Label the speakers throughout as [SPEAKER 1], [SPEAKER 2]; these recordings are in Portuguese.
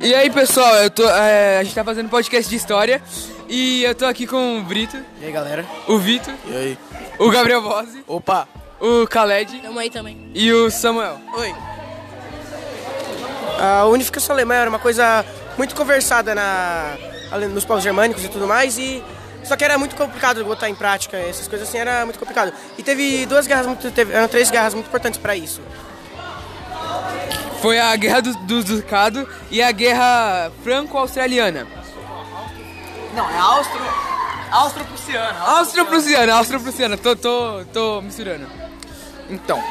[SPEAKER 1] E aí, pessoal, eu tô, é, a gente tá fazendo podcast de história e eu tô aqui com o Brito,
[SPEAKER 2] E aí, galera?
[SPEAKER 1] o Vitor,
[SPEAKER 2] E aí?
[SPEAKER 1] o Gabriel Bose,
[SPEAKER 2] Opa!
[SPEAKER 1] o Khaled
[SPEAKER 3] Tamo aí também.
[SPEAKER 1] e o Samuel.
[SPEAKER 2] Oi! A unificação alemã era uma coisa muito conversada na, ale- nos povos germânicos e tudo mais, e só que era muito complicado botar em prática essas coisas assim, era muito complicado. E teve duas guerras muito, teve, eram três guerras muito importantes pra isso.
[SPEAKER 1] Foi a Guerra dos do Ducado e a Guerra Franco-Australiana.
[SPEAKER 4] Não, é austro. Austro-prussiana.
[SPEAKER 1] Austro-Prussiana, Austro-Prussiana, tô, tô, tô misturando.
[SPEAKER 5] Então,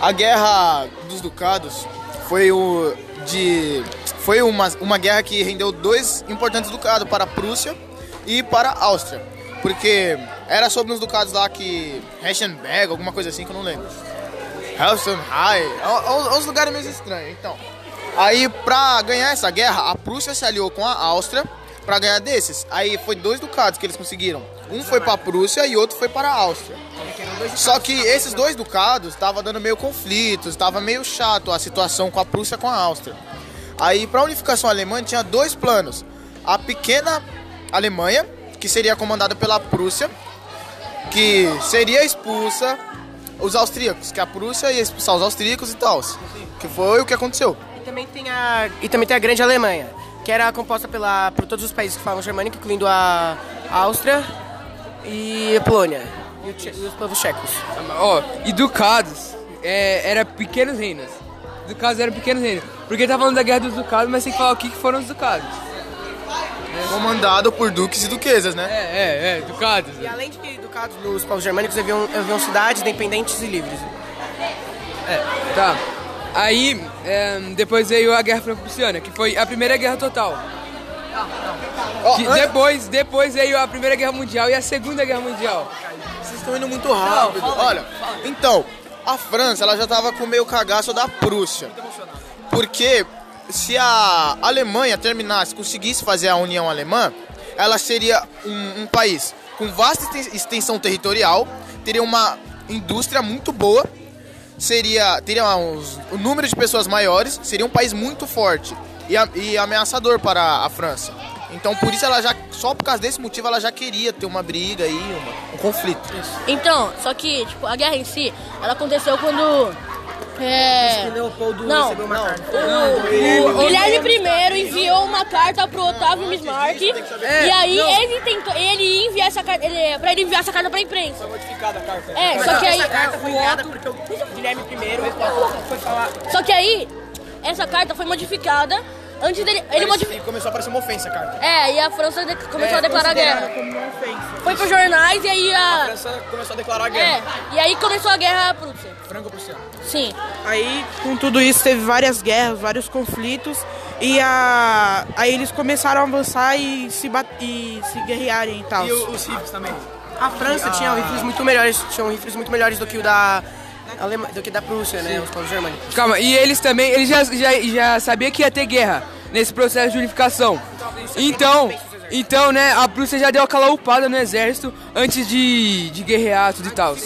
[SPEAKER 5] a Guerra dos Ducados foi o de foi uma, uma guerra que rendeu dois importantes ducados para a Prússia e para a Áustria, porque era sobre uns ducados lá que Hessenberg, alguma coisa assim que eu não lembro. é um, Helsenheim, é uns lugares meio estranhos. Então, aí pra ganhar essa guerra, a Prússia se aliou com a Áustria pra ganhar desses. Aí foi dois ducados que eles conseguiram. Um foi pra Prússia e outro foi para a Áustria. Só que esses dois ducados estavam dando meio conflitos, estava meio chato a situação com a Prússia e com a Áustria. Aí, para a unificação alemã, tinha dois planos. A pequena Alemanha, que seria comandada pela Prússia, que seria expulsa os austríacos, que a Prússia ia expulsar os austríacos e tal. Que foi o que aconteceu.
[SPEAKER 2] E também tem a, e também tem a Grande Alemanha, que era composta pela, por todos os países que falam germânico, incluindo a Áustria e a Polônia, e, o tche- e os povos checos.
[SPEAKER 1] Ó, e ducados é, era pequenos reinos. Ducados eram pequenos reinos. Porque tá falando da guerra dos ducados, mas tem que falar o que, que foram os ducados.
[SPEAKER 5] Comandado por duques e duquesas,
[SPEAKER 1] É,
[SPEAKER 5] né?
[SPEAKER 1] é, é, ducados.
[SPEAKER 2] E além de que educados nos povos germânicos, haviam, haviam cidades dependentes e livres.
[SPEAKER 1] Tá. Aí, é, depois veio a guerra franco-prussiana, que foi a primeira guerra total.
[SPEAKER 5] Ó,
[SPEAKER 1] Que
[SPEAKER 5] antes-
[SPEAKER 1] depois, depois veio a primeira guerra mundial e a segunda guerra mundial.
[SPEAKER 5] Vocês estão indo muito rápido. Olha, então, a França ela já tava com meio cagaço da Prússia. Porque se a Alemanha terminasse, conseguisse fazer a União Alemã, ela seria um, um país com vasta esten- extensão territorial, teria uma indústria muito boa, seria teria uns, um número de pessoas maiores, seria um país muito forte e, a- e ameaçador para a França. Então, por isso ela já só por causa desse motivo ela já queria ter uma briga aí, uma- um conflito.
[SPEAKER 3] Então, só que, tipo, a guerra em si, ela aconteceu quando. É. Não,
[SPEAKER 2] recebeu uma carta.
[SPEAKER 3] O, o Guilherme I enviou uma carta pro Otávio Bismarck. e aí ele tentou. Ele ia enviar essa carta. Ele, pra ele enviar essa carta pra imprensa. Foi modificada a carta. É, só que aí.
[SPEAKER 2] Essa carta foi enviada porque o Guilherme I foi falar.
[SPEAKER 3] Só que aí, essa carta foi modificada. Antes dele. Ele modifi...
[SPEAKER 5] E começou a parecer uma ofensa, cara.
[SPEAKER 3] É, e a França de- começou a declarar guerra.
[SPEAKER 2] Como uma ofensa.
[SPEAKER 3] Foi pros jornais e aí a.
[SPEAKER 5] França começou a declarar
[SPEAKER 3] É, e aí começou a guerra Prússia.
[SPEAKER 5] Franco-prussiana.
[SPEAKER 3] Sim.
[SPEAKER 2] Aí, com tudo isso, teve várias guerras, vários conflitos. E a... aí eles começaram a avançar e se, bat... e se guerrearem e tal.
[SPEAKER 5] os ricos também.
[SPEAKER 2] A França tinha rifles muito melhores, tinham rifles muito melhores do que o da Alemanha, do que da Prússia, né? Os povos germânicos.
[SPEAKER 1] Calma, e eles também, eles já, já, já sabia que ia ter guerra nesse processo de unificação. Então, então, né, a Prússia já deu aquela upada no exército antes de, de guerrear tudo e tal.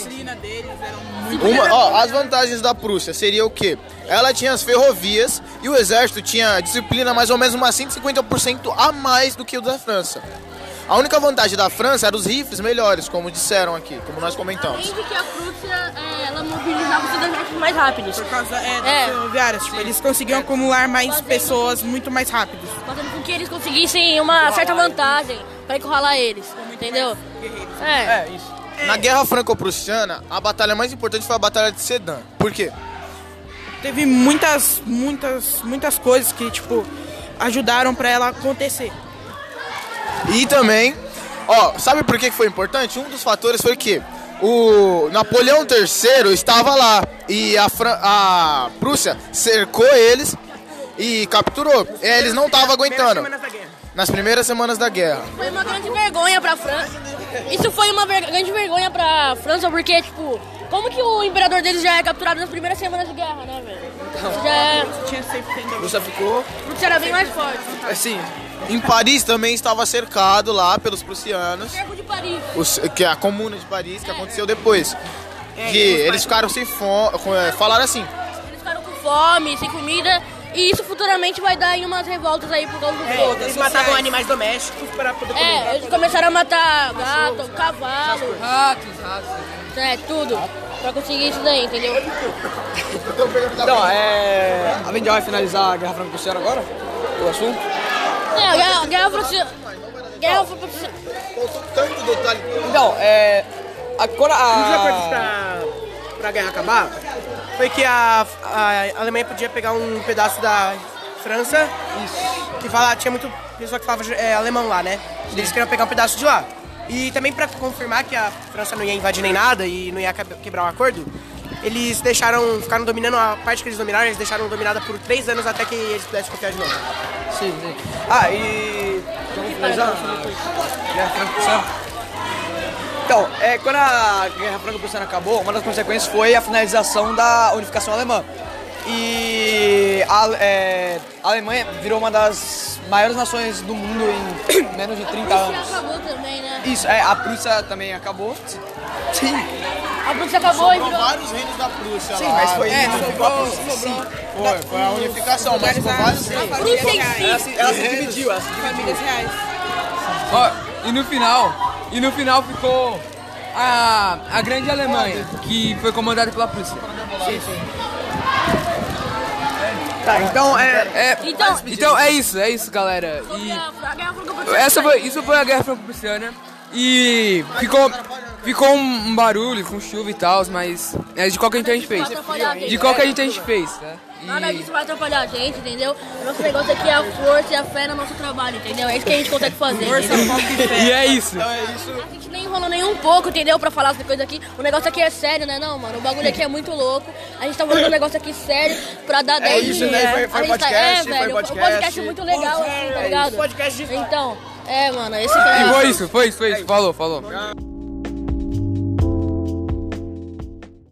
[SPEAKER 5] Uma, ó, as vantagens da Prússia seria o quê? Ela tinha as ferrovias e o exército tinha disciplina mais ou menos umas 150% a mais do que o da França. A única vantagem da França era os rifles melhores, como disseram aqui, como nós
[SPEAKER 2] Então.
[SPEAKER 5] comentamos.
[SPEAKER 3] Além de que a Prússia, é, ela mobilizava os estudantes mais rápidos,
[SPEAKER 2] causa é,
[SPEAKER 3] das É.
[SPEAKER 2] ferroviárias, tipo, eles conseguiam acumular mais
[SPEAKER 3] Fazendo-
[SPEAKER 2] pessoas muito mais rápido.
[SPEAKER 3] fazendo com que eles conseguissem uma certa vantagem pra encurralar eles, entendeu? É.
[SPEAKER 5] Na Guerra Franco-Prussiana, a batalha mais importante foi a Batalha de Sedan. Por quê?
[SPEAKER 2] Teve muitas, muitas, muitas coisas que, tipo, ajudaram pra ela acontecer.
[SPEAKER 5] E também, ó, sabe por que que foi importante? Um dos fatores foi que o Napoleão III estava lá e a, Fran- a Prússia cercou eles e capturou. E eles não estavam aguentando nas primeiras semanas da guerra.
[SPEAKER 3] Foi uma grande vergonha pra França. Isso foi uma ver- grande vergonha pra França, porque, tipo, como que o imperador deles já é capturado nas primeiras semanas de guerra, né,
[SPEAKER 2] Então.
[SPEAKER 3] velho? Já é.
[SPEAKER 5] Prússia ficou?
[SPEAKER 3] a Prússia era bem mais forte.
[SPEAKER 5] Assim. Em Paris também estava cercado lá pelos prussianos,
[SPEAKER 3] Cerco de Paris.
[SPEAKER 5] os- que é a Comuna de Paris, que aconteceu depois.
[SPEAKER 4] É,
[SPEAKER 5] Que eles ficaram sem fome, falaram assim,
[SPEAKER 3] Eles ficaram com fome, sem comida. E isso futuramente vai dar em umas revoltas aí por causa do fogo.
[SPEAKER 2] É, Eles matavam animais domésticos para poder comer.
[SPEAKER 3] É, eles começaram a matar gato, cavalo,
[SPEAKER 1] Ratos, ratos.
[SPEAKER 3] é, tudo. Pra conseguir isso daí, entendeu?
[SPEAKER 4] Então, é. A gente vai finalizar a Guerra Franco-Prussiana agora? O assunto?
[SPEAKER 3] É, guerra, guerra profissional. Guerra profissional.
[SPEAKER 5] Faltou tanto detalhe.
[SPEAKER 4] Então, é. Agora
[SPEAKER 2] Um dos acordos
[SPEAKER 4] a.
[SPEAKER 2] pra, pra guerra acabar foi que a, a Alemanha podia pegar um pedaço da França. Que fala, tinha muito pessoa que falava é, alemão lá, né? Eles queriam pegar um pedaço de lá. E também pra confirmar que a França não ia invadir nem nada e não ia cabe- quebrar o acordo, eles deixaram, ficaram dominando a parte que eles dominaram, eles deixaram dominada por três anos até que eles pudessem confiar de novo.
[SPEAKER 4] Sim, sim. Ah, e. Vamos finalizar a Guerra Franco-Prussiana? Então, é, quando a Guerra Franco-Prussiana acabou, uma das consequências foi a finalização da unificação alemã. E a, Ale- é, a Alemanha virou uma das maiores nações do mundo em menos de 30
[SPEAKER 1] Então.
[SPEAKER 3] A polícia
[SPEAKER 4] anos.
[SPEAKER 3] acabou também, né?
[SPEAKER 4] Isso, é, a Prússia também acabou. Sim,
[SPEAKER 3] A polícia acabou e
[SPEAKER 5] Foram
[SPEAKER 3] virou.
[SPEAKER 5] vários reinos da Prússia
[SPEAKER 4] sim,
[SPEAKER 5] lá.
[SPEAKER 4] mas foi.
[SPEAKER 1] É,
[SPEAKER 4] não ficou a
[SPEAKER 1] sobrou,
[SPEAKER 4] Prússia.
[SPEAKER 1] sobrou. tá
[SPEAKER 5] Foi, foi a unificação, mas foram vários reinos.
[SPEAKER 3] Prússia em si.
[SPEAKER 4] Ela se, ela se dividiu, ela se
[SPEAKER 1] Famílias reais. Ó, e no final, e no final ficou a, a grande Alemanha, que foi comandada pela Prússia.
[SPEAKER 4] Tá, então é.
[SPEAKER 1] É,
[SPEAKER 3] Então-
[SPEAKER 1] então é isso, é isso, galera. E
[SPEAKER 3] A guerra franco-prussiana.
[SPEAKER 1] essa foi, isso foi a Guerra Franco-Prussiana. E ficou, ficou um barulho com chuva e tal, mas é, de qualquer jeito a gente fez. De qualquer jeito a gente fez, tá?
[SPEAKER 3] Nada
[SPEAKER 1] E
[SPEAKER 3] disso vai atrapalhar a gente, entendeu? O nosso negócio aqui é a força e a fé no nosso trabalho, entendeu? É isso que a gente consegue fazer. entendeu?
[SPEAKER 1] e é isso.
[SPEAKER 3] A gente nem enrolou nem um pouco, entendeu? Pra falar essas coisas aqui. O negócio aqui é sério, né? Não, mano. O bagulho aqui é muito louco. A gente tá falando um negócio aqui sério pra dar 10
[SPEAKER 5] isso,
[SPEAKER 3] mil.
[SPEAKER 5] né? Foi- foi
[SPEAKER 3] a gente
[SPEAKER 5] podcast,
[SPEAKER 3] é,
[SPEAKER 5] foi
[SPEAKER 3] velho.
[SPEAKER 5] podcast.
[SPEAKER 3] O podcast é muito legal, assim, tá ligado?
[SPEAKER 2] Podcast de
[SPEAKER 3] Então, é, mano. Esse que é.
[SPEAKER 1] E foi isso, foi isso, foi isso. Falou, falou.